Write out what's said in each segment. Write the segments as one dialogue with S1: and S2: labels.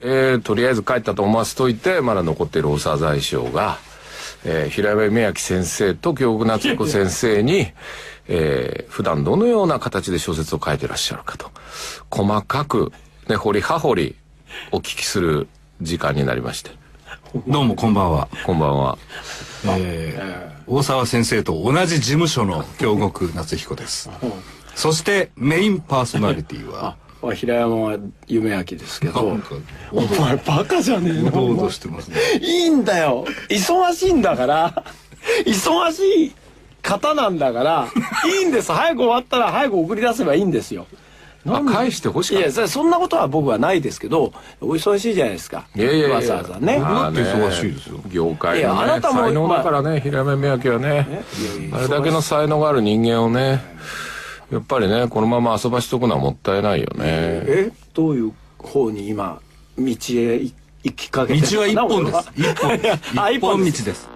S1: えーとりあえず帰ったと思わせといてまだ残っている大沢在将が、えー平山夢明先生と京極夏彦先生に、えー普段どのような形で小説を書いてらっしゃるかと細かく根掘り葉掘りお聞きする時間になりまして
S2: どうもこんばんは。
S1: こんばんは
S2: えー大沢先生と同じ事務所の京極夏彦です。そしてメインパーソナリティは、
S3: あ平山は夢明ですけ
S2: な
S3: ど
S2: んか、
S3: お前バカじゃねえ
S2: う
S3: の
S2: ど
S3: お
S2: う
S3: 前
S2: どしてますね。
S3: いいんだよ忙しいんだから忙しい方なんだからいいんです早く終わったら早く送り出せばいいんですよ
S1: あ返してほし
S3: い
S1: か
S3: や
S1: った
S3: そそんなことは僕はないですけどお忙しいじゃないですか
S1: いやいやいや
S3: わざわざね
S2: 僕だ
S1: まあ
S2: って忙しいですよ
S1: 業界
S3: いや
S1: の
S3: あ
S1: ね
S3: なたも
S1: 才能だからね、平山宮明はね
S3: いやいや
S1: あれだけの才能がある人間をねやっぱりねこのまま遊ばしとくのはもったいないよね
S3: えどういう方に今道へ行きかけて。
S2: 道は一本 です。一本です
S3: あ
S2: 一
S3: 一本
S2: 本
S3: で
S2: 道
S3: す
S2: です。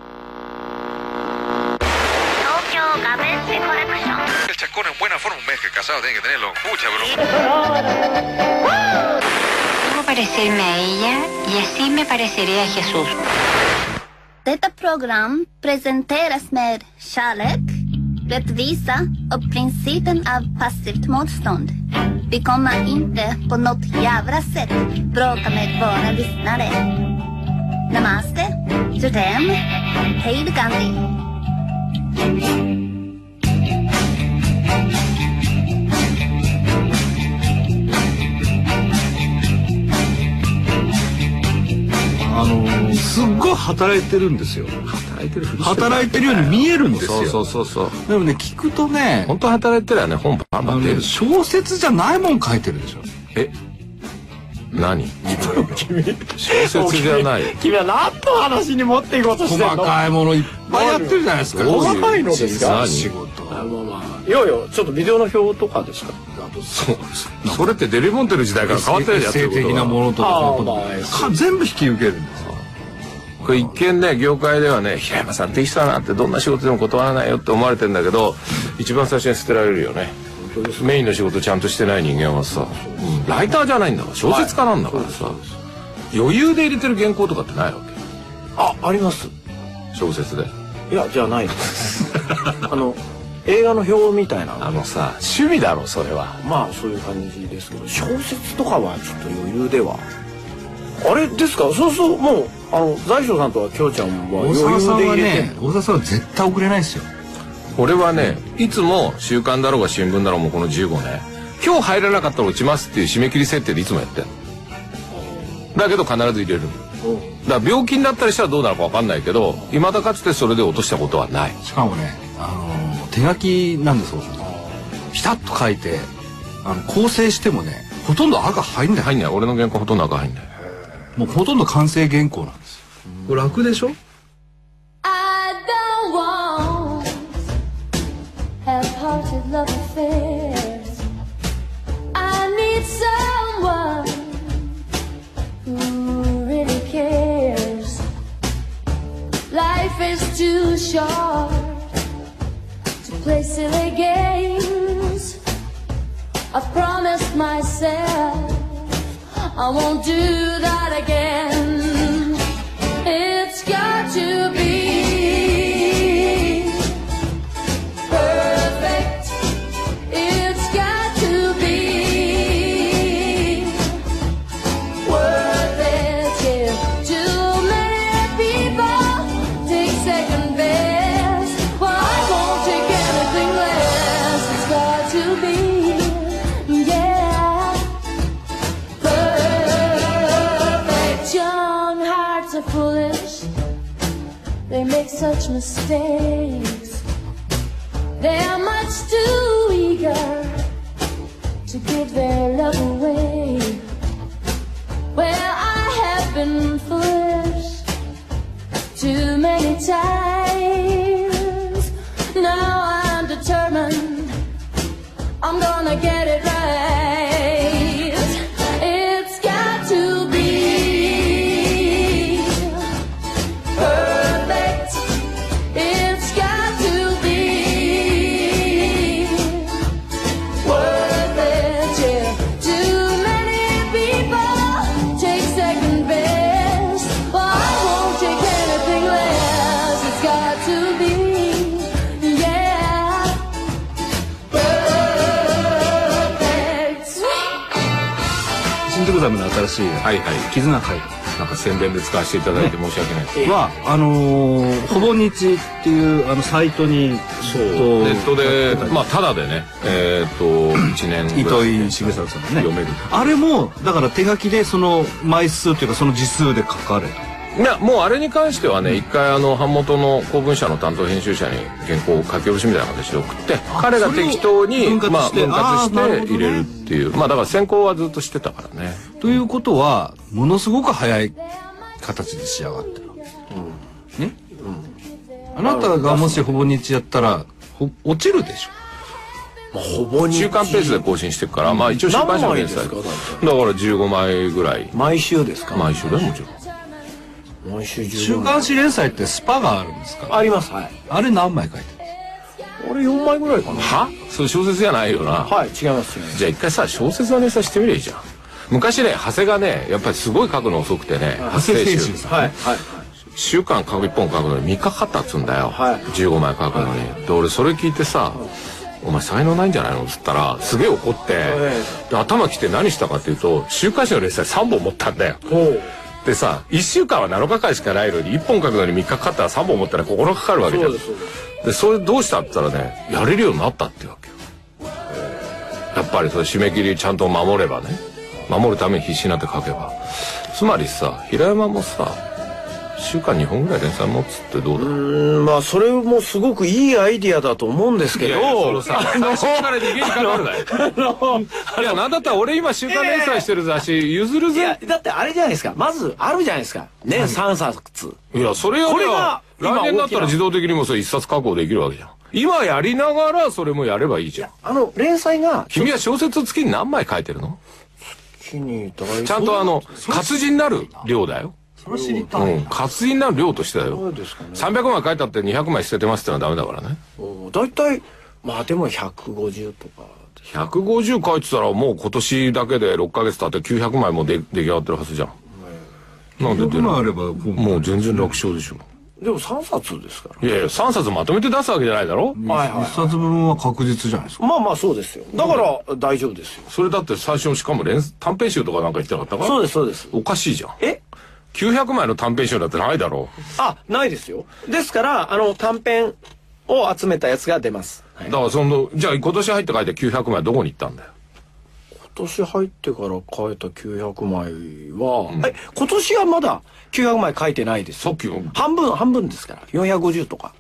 S4: 東京ガベッセコレクション
S5: El chacón en buena forma, un mes que casado tiene que tenerlo. Pucha, bro.
S6: Debo parecerme a ella y así me pareceré a Jesús.
S7: Detta program presenteras med kärlek, rättvisa och principen av passivt motstånd. Vi kommer inte på något jävla sätt bråka med våra lyssnare. Namaste, Jodem, Hail Gandhi.
S2: あのー、すっごい働いてるんですよ。
S1: 働いてるふりしてる
S2: 働いてるように見えるんですよ。
S1: そうそうそうそう
S2: でもね、聞くとね、
S1: 本当働いてるよね本バン
S2: あ
S1: バ
S2: の
S1: ン出
S2: ね
S1: る
S2: 小説じゃないもん書いてるでしょ。
S1: え 何小説じゃない
S3: 君は何の話に持っていこうとして
S2: 細
S3: んの
S2: かいものいっぱいやってるじゃないですか。
S1: どう
S3: 細かいのですか
S1: 何
S2: 仕事。
S3: あまあまあいやいやちょっとビデオの表とかですか
S1: そうそれってデリモンテる時代から変わってるじゃん
S2: 性的なものとか
S3: あ
S2: そういうこと
S3: まあ
S2: か全部引き受けるんですよ
S1: これ一見ね業界ではね平山さんって人だなってどんな仕事でも断らないよって思われてんだけど一番最初に捨てられるよねメインの仕事ちゃんとしてない人間はさ、うんライターじゃないんだから小説家なんだからさ、余裕で入れてる原稿とかってないわ
S3: ああります
S1: け小説で
S3: いやじゃあないです あの映画の表みたいな
S1: あのさ趣味だろそれは
S3: まあそういう感じですけど小説とかはちょっと余裕ではあれですかそうそうもうあの財生さんとは京ちゃんは
S2: 大
S3: 余
S2: 沢さ
S3: 裕
S2: ん
S3: で
S2: は
S3: 入れて
S2: ね大沢さんは絶対遅れないですよ
S1: 俺はねいつも「週刊だろうが新聞だろうもうこの15年今日入らなかったら落ちますっていう締め切り設定でいつもやってんのだけど必ず入れるだから病気になったりしたらどうなるか分かんないけどいまだかつてそれで落としたことはない
S2: しかもねあの手書きなんです大沢さんピタッと書いてあの構成してもねほとんど赤入んない
S1: 入んない俺の原稿ほとんど赤入んない
S2: もうほとんど完成原稿なんですよこれ楽でしょ
S8: I don't want half-hearted love affairs. I need someone who really cares. Life is too short to play silly games. I've promised myself I won't do that again. It's got to be perfect. It's got to be worth it. Yeah. Too many people take second best. Well, I won't take anything less. It's got to be, yeah. Perfect young hearts are foolish. They make such mistakes. They're much too eager to give their love away. Well, I have been foolish too many times. Now I'm determined. I'm gonna get it right. It's got to be perfect. It's got to be worth it. Yeah. Too many
S2: 新宿ザムの新しい、
S1: はいはい
S2: 絆会
S1: なんか宣伝で使わせていただいて申し訳ないです
S2: は、あのーほぼ日っていうあのサイトにそう
S1: ネットでまあただでねえっと1年ぐら
S2: 糸
S1: い
S2: 井重里さんのね
S1: 読める
S2: あれもだから手書きでその枚数というかその字数で書かれた
S1: いやもうあれに関してはね一回あの版元の公文社の担当編集者に原稿を書き下ろしみたいな形で送って彼が適当に
S2: それを分割
S1: まあ
S2: して
S1: 分割
S2: あーなるほ
S1: し
S2: ど
S1: て
S2: ね
S1: 入れるっていうまあだから先行はずっとしてたからね
S2: ということはものすごく早い形で仕上がってる、ね、あなたがもしほぼ日やったらほ落ちるでしょ
S3: ほぼ日
S1: 週刊ペースで更新してくからまあ一応週刊誌の連載だ
S3: 何枚ですか
S1: か
S3: だっ
S1: ら15枚ぐらい
S3: 毎週ですか
S1: 毎週だよもちろん
S3: 毎週
S2: 週
S3: 10
S2: 刊誌連載ってスパがあるんですか
S3: ありますはい
S2: あれ何枚書いてる
S3: 俺4枚ぐらいかな
S1: はそれ小説じゃないよな
S3: はい違います違います
S1: じゃあ一回さ小説の連載してみりゃいいじゃん昔ね長谷がねやっぱりすごい書くの遅くてね長谷選手
S3: はいはい
S1: 週間書く1本書くのに3日かかったっつうんだよ、
S3: はい
S1: 15枚書くのに、で俺それ聞いてさ、お前才能ないんじゃないの?」っつったらすげえ怒って、で頭きて何したかっていうと週刊誌の連載3本持ったんだよ
S3: ほう
S1: でさ1週間は7日間しかないのに1本書くのに3日かかったら3本持ったら心かかるわけじゃん
S3: そうですそうで
S1: でそれどうしたって言ったらねやれるようになったってわけよやっぱりそれ締め切りちゃんと守ればね守るために必死になって書けばつまりさ平山もさ週間2本ぐらい連載持つってどうだろう
S3: うーんまあそれもすごくいいアイディアだと思うんですけどあの
S1: から逃げにかかるなよいやなんだったら俺今週刊連載してる雑誌譲る
S3: いや
S1: ぜ
S3: だってあれじゃないですかまずあるじゃないですか年3冊
S1: いやそれよ
S3: こ
S1: り
S3: れ
S1: は
S3: が
S1: 来年になったら
S3: 今大きな
S1: 自動的にもうそれ一冊確保できるわけじゃん今やりながらそれもやればいいじゃん
S3: あの連載が
S1: 君は小説を月に何枚書いてるの
S3: 気に入
S1: ちゃんとあの活字になる量だよ
S2: それ知りた
S1: うん、活字になる量としてだ
S3: そ
S1: よ
S3: うですかね
S1: 300枚書いたって200枚捨ててますってのはダメだからね
S3: だいたいまあでも150とか
S1: 150書いてたらもう今年だけで6ヶ月経って900枚もで出来上がってるはずじゃんなんで出
S2: 今
S1: な
S2: あ
S1: い
S2: ればもう
S1: もう全然楽勝でしょ
S3: でも3冊ですから
S1: いやいや3冊まとめて出すわけじゃないだろ
S3: はい
S2: 一冊分は確実じゃないですか
S3: まあまあそうですよだから大丈夫ですよ
S1: それだって最初しかも連短編集とかなんか言ってなかったから
S3: そうですそうです
S1: おかしいじゃん
S3: え
S1: 900枚の短編集だってないだろ
S3: あないですよですからあの短編を集めたやつが出ます
S1: う、だからそのじゃあ今年入って書いて900枚どこに行ったんだよ
S3: 今年入ってから書いた900枚は、え今年はまだ900枚書いてないです
S1: さ
S3: よ
S1: っきの
S3: 半分半分ですから450とか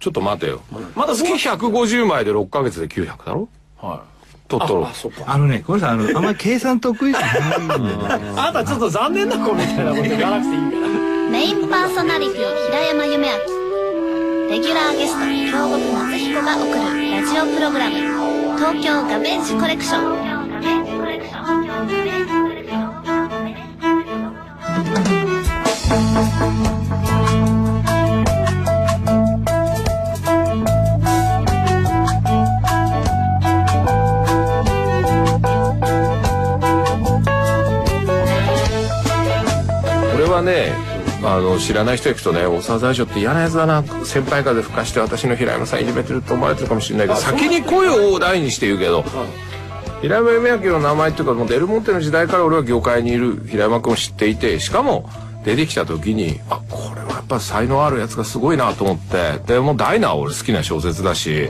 S1: ちょっと待てよ
S3: まだ
S1: 月150枚で6ヶ月で900だろ
S3: はい
S1: トットロ
S3: あそっか
S2: あのね、これさん、あの、あんまり計算得意じゃないんだよね。
S3: あなたちょっと残念な子みたいなこと言わなくていいから
S7: メインパーソナリティ平山夢明レギュラーゲスト京極夏彦が送るラジオプログラム「東京ガベージコレクション」
S1: 俺はねあの知らない人行くとね大沢在所って嫌なやつだな先輩風吹かして私の平山さんいじめてると思われてるかもしれないけど先に声を大にして言うけど平山夢明の名前っていうかもうデルモンテの時代から俺は業界にいる平山君を知っていてしかも出てきた時にあこれはやっぱ才能あるやつがすごいなと思ってでもうダイナーは俺好きな小説だし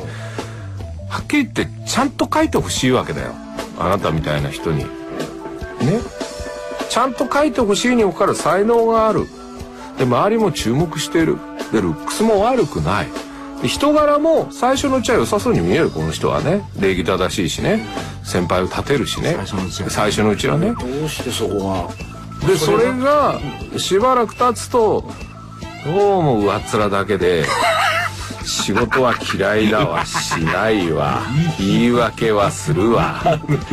S1: はっきり言ってちゃんと書いてほしいわけだよあなたみたいな人にねちゃんと書いてほしいにもかかわらず才能があるで周りも注目しているでルックスも悪くないで人柄も最初のうちは良さそうに見えるこの人はね礼儀正しいしね先輩を立てるしね最初のうちはね
S3: どうしてそこが
S1: でそれがしばらく経つとどうも上っ面だけで仕事は嫌いだわしないわ言い訳はするわ
S3: なんで笑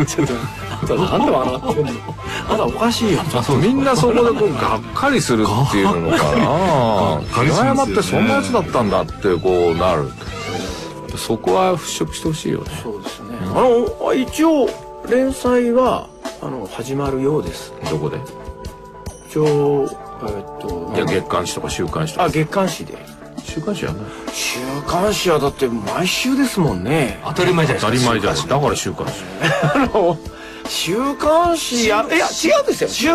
S3: ってんのあなたおかしいよ
S1: みんなそこでこうがっかりするっていうのかな
S2: かりしま
S1: 平
S2: すよね
S1: 山ってそんなやつだったんだってこうなるそこは払拭してほしいよね
S3: そうですねあの一応連載はあの始まるようです
S1: どこで
S3: 一応えっ
S1: いや
S3: と
S1: 月刊誌とか週刊誌と
S3: あ
S1: か
S3: 月刊誌で
S1: 週刊誌やね
S3: 週刊誌はだって毎週ですもんね
S2: 当たり前じゃ
S1: 当たり前じゃんだから週刊誌
S3: あの週刊誌やいや違うんですよ週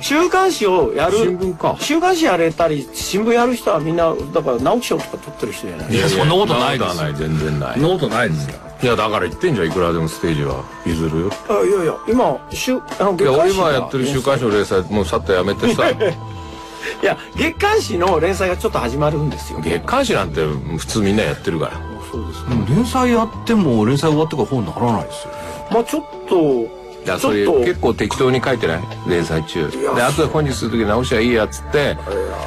S3: 週刊誌をやる
S1: 新聞か
S3: 週刊誌やれたり新聞やる人はみんなだから直木賞とか取ってる人じゃない
S2: いやそんなことないです
S1: そんなことはない全然ない
S2: そんなことないですよ
S1: いやだから言ってんじゃんいくらでもステージは譲るよ
S3: あいやいや今週あの
S1: い
S3: 月
S1: や
S3: 刊
S1: 俺
S3: 誌が
S1: 今やってる週刊誌の連載もうさっとやめてさ
S3: いや月刊誌の連載がちょっと始まるんですよ
S1: 月刊誌なんて普通みんなやってるから
S3: そうですね
S2: でも連載やっても連載終わってから本にならないですよ
S3: まあちょっ
S1: いや
S3: とち
S1: それ
S3: ょっ
S1: 結構適当に書いてない連載中
S3: や
S1: で後で本日する時直しはいいやっつって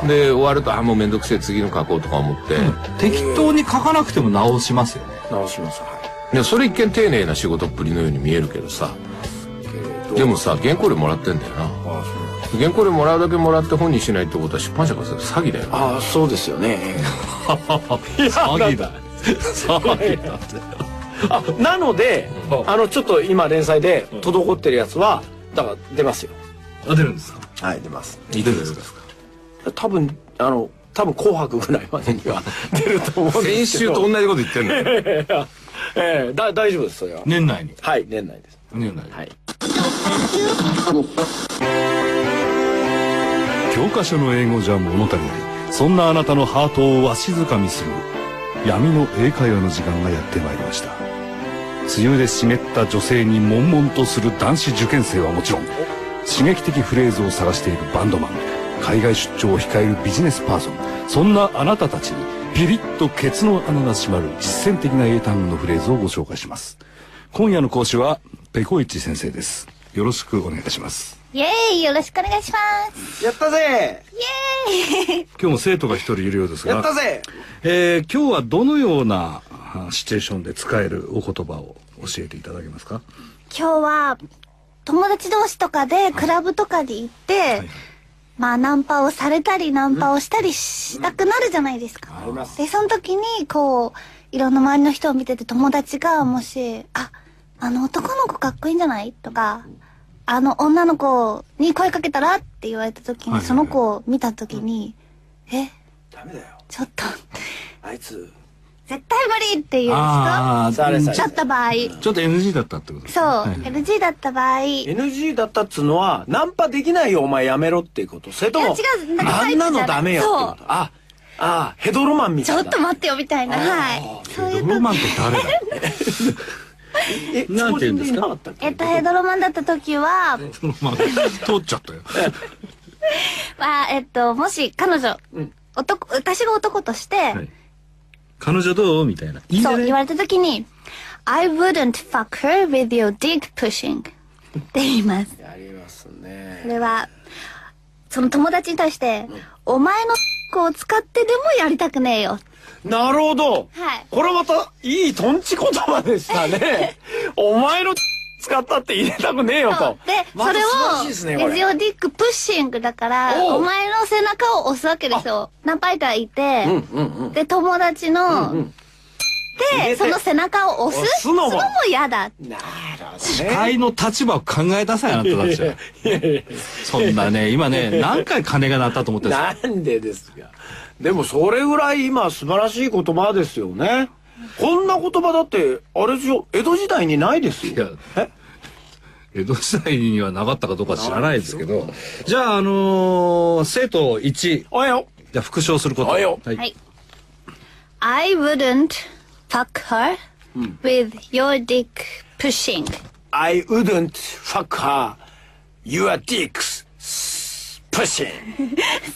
S1: で終わるとあもう面倒くせえ次の書こうとか思って、
S2: 適当に書かなくても直しますよね
S3: と直しますはい
S1: やそれ一見丁寧な仕事っぷりのように見えるけどさでもさ原稿料もらってんだよな原稿料もらうだけもらって本にしないってことは出版社からすると詐欺だよな
S3: ああそうですよ ねいや
S2: 詐欺だ詐欺だ
S3: あなので、あのちょっと今連載で滞ってるやつはだから出ますよ
S2: あ出るんですか
S3: はい出ます
S2: 出るんですか
S3: 多分あの多分紅白ぐらいまでには 出ると思うんで
S1: 先
S3: すけ
S1: 週
S3: ど
S1: と同じこと言ってんだよ
S3: ええだ大丈夫ですそれは
S2: 年内に
S3: はい年内です
S2: 年内に
S3: はい
S9: 教科書の英語じゃ物足りないそんなあなたのハートをわしづかみする闇の英会話の時間がやってまいりました梅雨で湿った女性に悶々とする男子受験生はもちろん刺激的フレーズを探しているバンドマン海外出張を控えるビジネスパーソンそんなあなたたちにピリッとケツの穴が閉まる実践的な英単語のフレーズをご紹介します今夜の講師はペコイチ先生ですよろしくお願いいたします
S7: イエーイよろしくお願いします
S3: やったぜ
S9: 今日も生徒が一人いるようですが
S3: やったぜ
S9: えー今日はどのようなあシチュエーションで使えるお言葉を教えていただけますか
S7: 今日は友達同士とかでクラブとかに行って、まあナンパをされたりナンパをしたりしたくなるじゃないですか。でその時にこういろんな周りの人を見てて友達がもし「ああの男の子かっこいいんじゃない?」とか「あの女の子に声かけたら?」って言われた時にその子を見た時に「え
S3: ダメだよ
S7: ちょっと
S3: あいつ
S7: 絶対無理!」っていう人だ
S2: あ
S3: さああれさ
S7: った場合
S2: ちょっと NG だったってことです
S7: そう LG だった場合
S3: NG だったっつうのはナンパできないよお前やめろっていうことそれとも
S7: いや違うなんか
S3: あ
S7: タイ
S3: ん
S7: プじ
S3: な
S7: ゃない
S3: のダメよってこと
S7: そう
S3: ああヘドロマンみ
S7: ち
S3: たい
S7: ょ
S3: な
S7: っと待ってよみたいなはいそういう
S9: ドロ
S7: 時
S9: マンって誰だ
S3: え
S9: なんて言うんですか
S3: そこになったっけ
S7: えっとヘドロマンだった時は
S9: ドロマン通っちゃったよ
S7: まあえっともし彼女男私が男として、
S9: い彼女どうみたいないいんじゃ
S7: そ
S9: な
S7: う言
S9: い
S7: われた時に「I wouldn't fuck her with your dick pushing」って言います
S3: やりますね
S7: これはその友達に対して「お前の子を使ってでもやりたくねえよ
S3: なるほど、
S7: はい
S3: これまたいいトンチ言葉でしたね お前の使ったって入れたくねえ」よ
S7: と
S3: と
S7: で
S3: また
S7: それ
S3: 素晴らしいですねこ
S7: を「with
S3: れ
S7: your dick pushing」だから
S3: おう
S7: お前の背中を押すわけですよナンパ相手いてで友達の
S3: 入れて
S7: でその背中を押
S3: 押
S7: す
S3: すのも
S7: 嫌だ
S3: なる
S2: 会の立場を考えなさいあなたたちはそんなね今ね何回金が鳴ったと思って
S3: ほど
S2: るんで
S3: なんでですかでもそれぐらい今素晴らしい言葉ですよねこんな言葉だってあれですよ江戸時代にないです
S2: すか
S3: よ
S2: いや江戸時代にはなかったかどうか知らないですけどじゃああのー生徒1じ
S3: おはよ
S2: ゃあ復唱すること
S3: あよ
S2: はい
S7: はい。I wouldn't fuck her with your dick pushing.
S3: I wouldn't fuck her your dicks pushing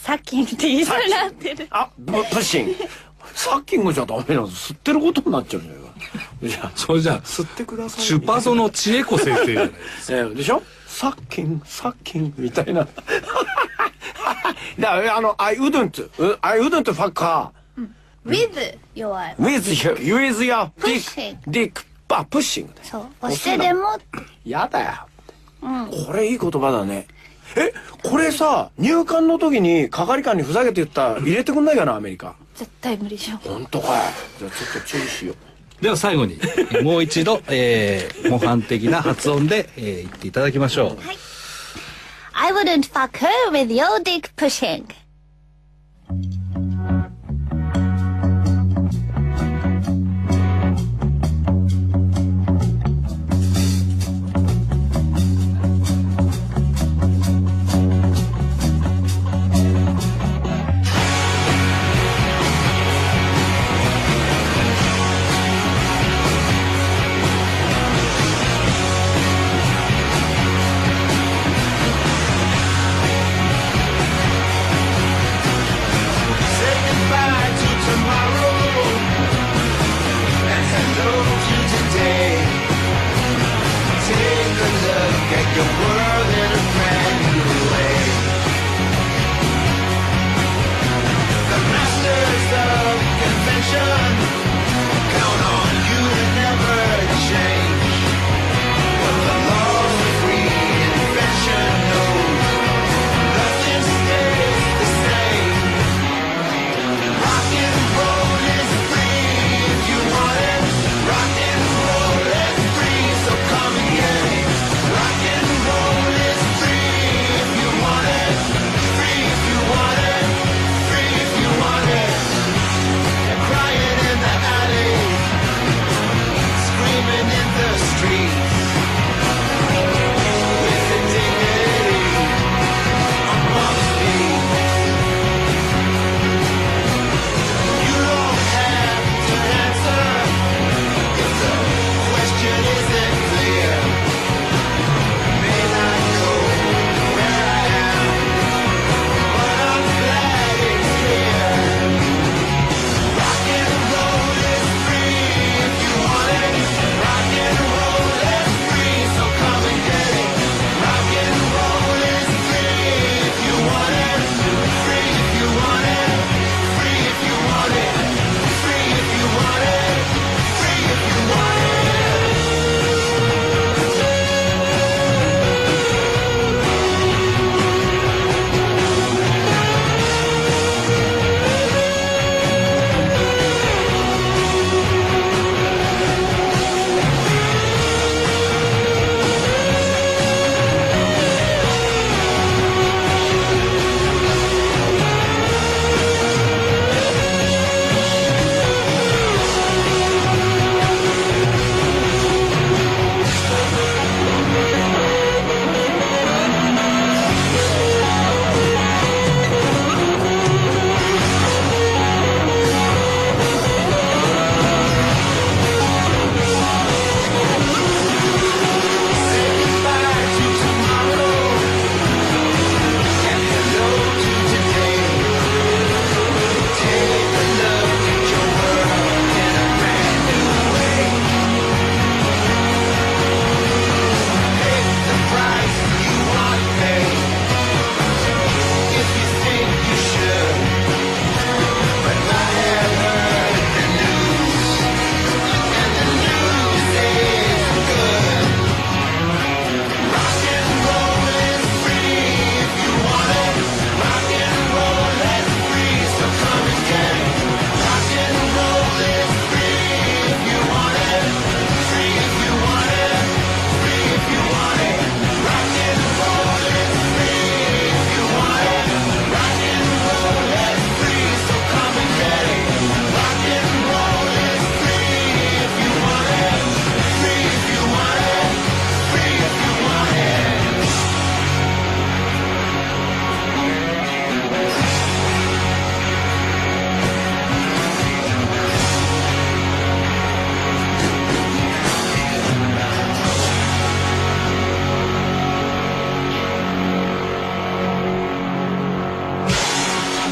S7: さっきって言いそうになってる。
S3: あぶ pushing サッキングじゃダメなの吸ってることになっちゃうんじゃないかじゃあ
S2: それじゃあ
S3: 吸ってください
S2: 出版その千恵子先生じ ゃない
S3: えーでしょサッキングサッキングみたいなだからあの「I wouldn't う I wouldn't fuck her
S7: with your.
S3: with your, with your dick
S7: Pushing
S3: dick あプッシングだよ
S7: そう。押してでも、
S3: やだよ、これいい言葉だねえこれさ入管の時に係官にふざけて言ったら入れてくんないかなアメリカ
S7: 絶対無理でしょ。
S3: 本当かいじゃあちょっと注意しよう
S2: では最後にもう一度、えー、模範的な発音で、えー、言っていただきましょう
S7: I wouldn't fuck her with your dick pushing.
S3: あ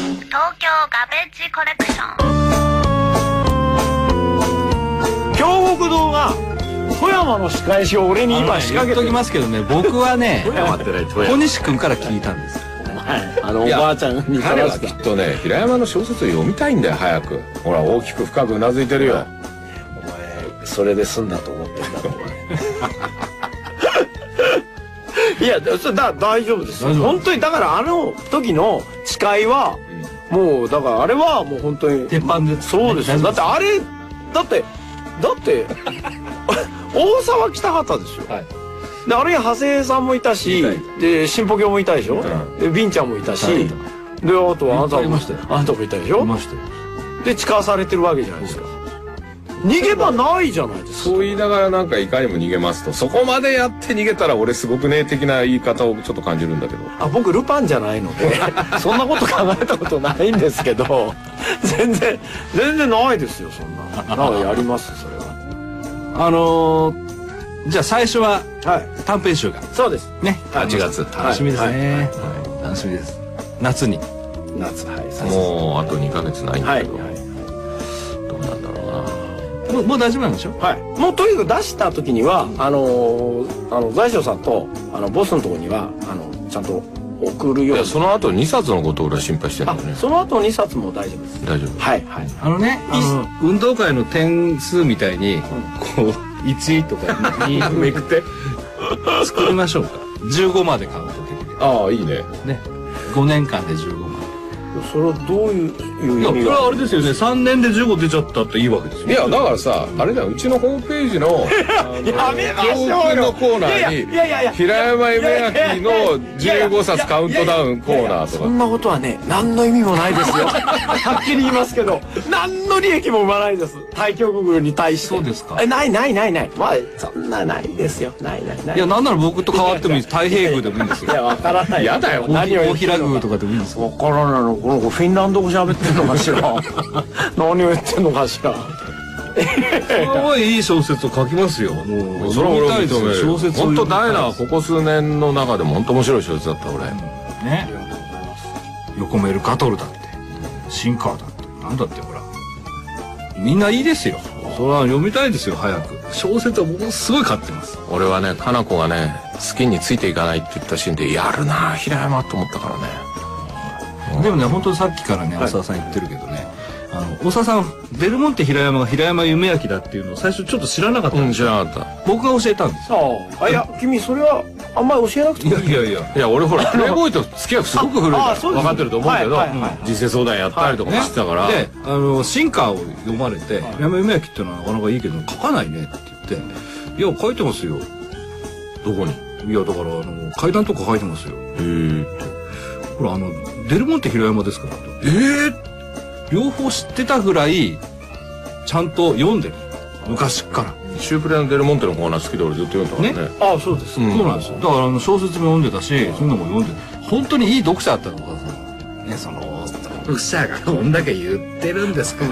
S4: ッジコレクション
S3: 京北堂が富山の仕返しを俺に
S2: 今
S3: 今仕
S2: 仕掛
S3: 掛け
S2: け
S3: て
S2: ときますけどね僕はね
S1: ってない
S2: 小西君から聞いたんです
S3: はいあのおばあちゃんに言った
S1: 彼
S3: ら
S1: は
S3: し
S1: き
S3: た
S1: っとね平山の小説を読みたいんだよ早くほら大きく深くうなずいてるよ
S3: お前それで済んだと思ってんだろお前 いやだそれだ大丈夫ですよ
S2: 大丈夫
S3: 本当にだからあの時の誓いはもうだからあれはもう本当に
S2: 鉄板で
S3: そうですよだってあれだってだって 大沢北畑ですよ、
S1: はい
S3: であれ長谷さんもいたし
S1: いたい
S3: で新保京もいたでしょ、
S1: ん
S3: でビンちゃんもいたし、
S2: はい
S3: であとはあな
S2: いっぱ
S3: た
S2: いい
S3: も
S2: ましたよ
S3: あなたもいたでしょ
S2: いましたよ
S3: で誓わされてるわけじゃないですか逃げ場ないじゃないですか
S1: そう言いながらなんかいかにも逃げますとそこまでやって逃げたら俺すごくね的な言い方をちょっと感じるんだけど
S3: あ僕ルパンじゃないのでそんなこと考えたことないんですけど全然全然ないですよそんななんかやりますそれは
S2: あのー、じゃあ最初は
S3: はい
S2: 短編集が
S3: そうです
S2: ね
S1: 8月
S2: 楽しみですね、
S1: はい
S2: 楽しみです夏に
S3: 夏はい最初
S1: もうあと2ヶ月ないんだ
S3: は
S1: け
S3: い
S1: ど、
S3: はい
S1: どうなんだろうな
S2: もうもう大丈夫なんでしょ
S3: はい、もうとにかく出した時にはあのーあの財政さんとあのボスのところにはあのちゃんと送るよ
S1: いう
S3: に
S1: やその後2冊のことを俺は心配してる
S3: あ
S1: んだよね
S3: その後2冊も大丈夫です
S1: 大丈夫
S3: はいはい
S2: あのねい運動会の点数みたいにこう1とか2 めくって作りましょうか15までカウントできる
S1: ああいいね
S2: ね5年間で15ま
S3: それはどういう
S2: で
S3: いう意味が
S2: れですよね3年で15出ちゃったっていいわけです
S1: いやだからさあれだようちのホームページ の
S3: やめま
S1: 洋服のコーナーに
S3: いやいやいや
S1: 平山夢明の15冊カウントダウンコーナーと
S3: そん
S1: か
S3: なことはね何の意味もないですよはっきり言いますけど何の利益も生まないです対局軍に対して
S2: そうですか
S3: えないないないないまあそんなないですよないないない
S2: いやなんなら僕と変わってもいいです太平宮でもいいんです
S3: い
S2: よ
S3: やわからない
S1: やだよ
S3: 何を言
S2: 大
S3: ってる
S2: 平
S3: のか
S2: 宮とかでもいいんですよ
S3: わからないのこの子フィンランド語喋ってんのかしら何を言ってんのかしら
S2: すごいいい小説を書きますよもう
S1: それは俺は認めるよ
S2: 小説を
S1: 本
S2: 読
S1: 当
S2: みた
S1: ダイ
S2: い
S1: ナ
S2: で
S1: は
S2: す
S1: ここ数年の中でも本当面白い小説だった俺
S2: ね横メルカトルだってシンカーだってなんだってほらみんないいですよそれは読みたいですよ早く小説はものすごい買ってます
S1: 俺はねかな子がね好きについていかないって言ったシーンでやるな平山と思ったからね
S2: でもね本当さっきからね大沢さん言ってるけどね、あの大沢さんベルモンテ平山が平山夢明だっていうのを最初ちょっと知らなかった、
S1: うん知らなかっ
S2: 僕が教えたんです
S3: ああいや君それはあんまり教えなくて
S2: よいやいやいや
S1: たいや俺ほらプレイボーイと付き合いすごく古い
S3: あ
S1: か
S3: あ
S1: ら
S3: そうで
S1: 分
S3: す
S1: かってると思うけど
S3: はいはいはい
S1: 人生相談やったりとかもしてたから
S2: であのシンカーを読まれて「山夢明ってのはなかなかいいけど書かないね」って言って「いや書いてますよ」
S1: どこに
S2: いやだからあの階段とか書いてますよほらあのデルモンテ平山ですからええ両方知ってたぐらいちゃんと読んでる昔から、
S1: シュープレのデルモンテのコーナー好きで俺ずっと読んだからね
S3: ああそうです
S1: うん
S2: そうなんですよだからあの小説も読んでたしそういうのも読んで本当にいい読者だったのかさねその読者がこんだけ言ってるんですか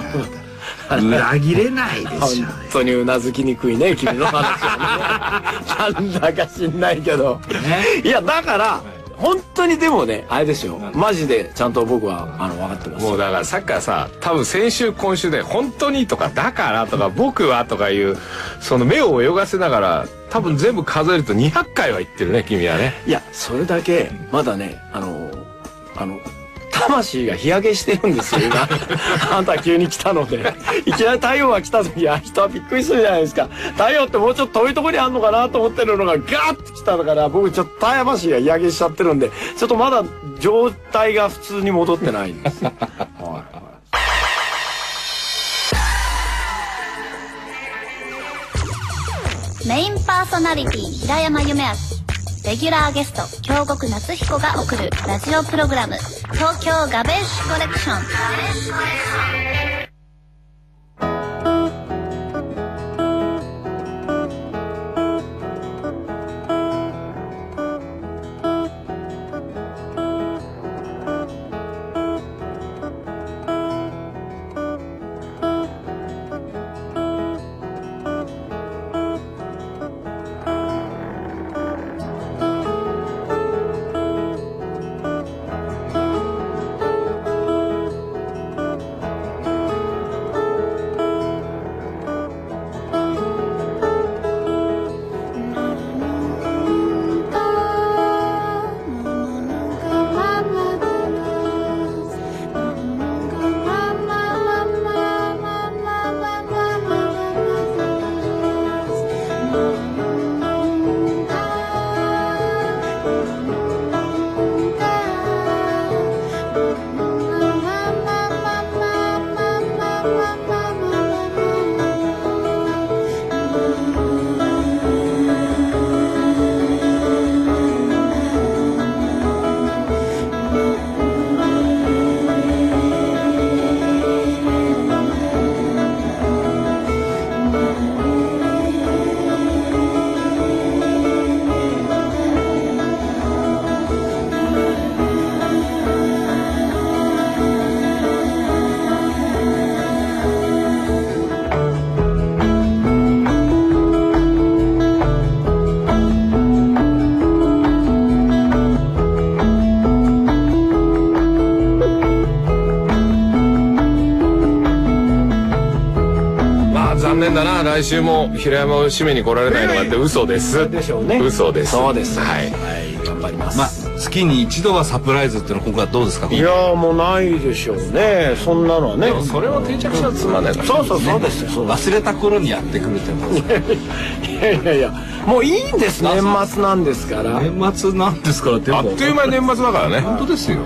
S2: ら裏切れないで
S3: 本当にうなずきにくいね君の話はねなんだか知んないけど
S2: ね
S3: いやだから本当にでもねあれですよマジでちゃんと僕はあの分かってます
S1: もうだからさっきからさ多分先週今週で「本当に」とか「だから」とか「僕は」とかいうその目を泳がせながら多分全部数えると200回は言ってるね君はね
S3: いやそれだけまだねあのあの魂が日焼けしてるんですよ今 あんた急に来たのでいきなり太陽が来た時は人はびっくりするじゃないですか太陽ってもうちょっと遠いところにあんのかなと思ってるのがガーッと来たから僕ちょっと魂が日焼けしちゃってるんでちょっとまだ状態が普通に戻って ないんですよ
S7: メインパーソナリティ平山夢明レギュラーゲスト京極夏彦が送るラジオプログラム「東京ガベージュコレクション」
S8: 「
S1: 念だな来週も平山を締めに来られないのがって嘘です
S3: でしょうね
S1: 嘘です
S3: そうです
S1: はい
S3: はい頑張ります、
S2: まあ、月に一度はサプライズっていうのは今回はどうですか
S3: いやーもうないでしょうねそんなのはね
S1: それを定着したらつまんないから
S3: そうそうそうですよそうです
S2: 忘れた頃にやってくるってことですか
S3: いやいやいやもういいんです年末なんですから
S2: 年末なんですからって
S1: あっという間に年末だからね
S2: 本当ですよ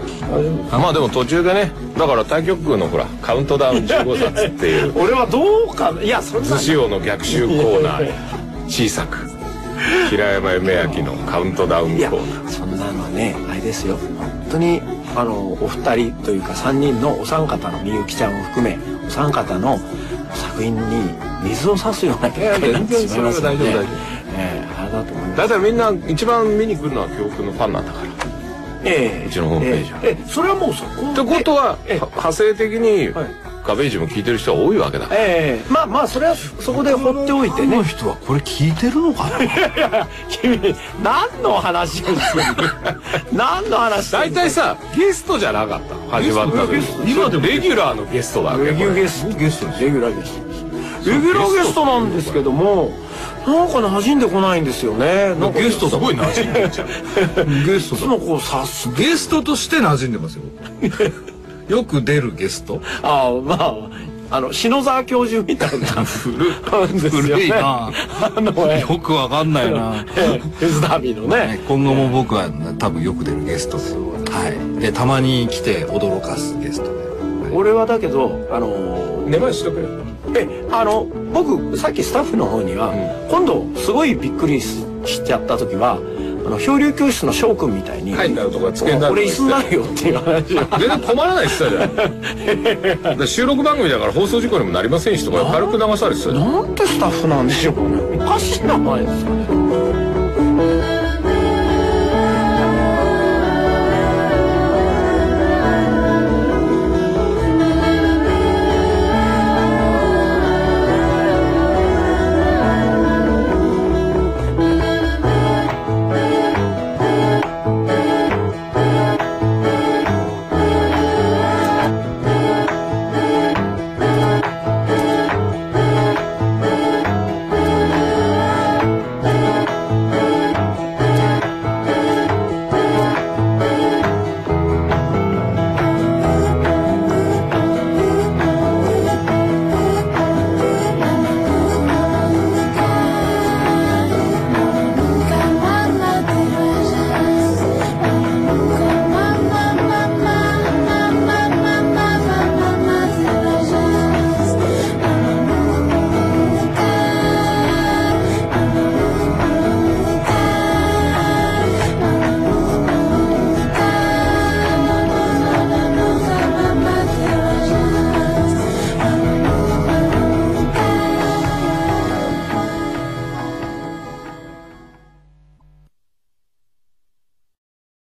S1: まあでも途中でねだから対局空のほらカウントダウン15冊っていう
S3: 俺はどうかないやそんな
S1: 寿司王の逆襲コーナーに小さく平山夢明のカウントダウン
S3: いや
S1: コーナー
S3: そんなのはねあれですよ本当にあのお二人というか3人のお三方のみゆきちゃんを含めお三方の作品に水を差すような結果になってしまいますので
S1: いや全然それは大丈夫大丈夫
S3: ええあれだと思います
S1: だいたいみんな一番見に来るのは教訓のファンなんだからっ
S3: ええ
S1: うちのホームページは
S3: ええええそれはもうそこ
S1: てことはは
S3: ええ
S1: 派生的に
S3: はい
S1: ガベージも聞いてる人は多いわけだ
S3: ええまあまあそれはそこで放っておいて
S2: この
S3: ね
S2: 人はこれ聞いてるのかない
S3: や君何の話をする の何の話
S1: 大体
S3: さ
S1: さゲストじゃなかった始まった時
S2: ゲスト今でも
S1: レギュラーのゲストだわけ
S3: レギュラー
S1: これ
S3: ゲスト
S2: ゲストです
S3: レギュラーゲストですレギュラーゲストなんですけどもなんか馴染んでこないんですよねなんか
S2: ゲストだもん
S1: すごい馴染んでんじゃん
S2: ゲス
S3: いつもこうさす
S2: ゲストとして馴染んでますよ よく出るゲスト
S3: ああまああの篠沢教授みたいな
S1: 古い
S3: なんですよね
S2: 古いな
S3: あのえ
S2: よくわかんない な
S3: えフェスダービーの
S2: はい
S3: ね
S2: 今後も僕は多分よく出るゲストはいでたまに来て驚かすゲスト
S3: 俺はだけどあの
S1: 根回ししとくれ
S3: えあの僕さっきスタッフの方には、今度すごいびっくりししちゃった時はあの漂流教室の翔くんみたいに「
S1: 入んなるとか机になる
S3: 俺椅子に
S1: と
S3: な
S1: か
S3: るよ」っていう話を。
S1: 全然困らないって言ってたじゃん だから収録番組だから放送事故にもなりませんしとか軽く流されてたじゃん
S3: なんてスタッフなんでしょうねおかしい名前ですよね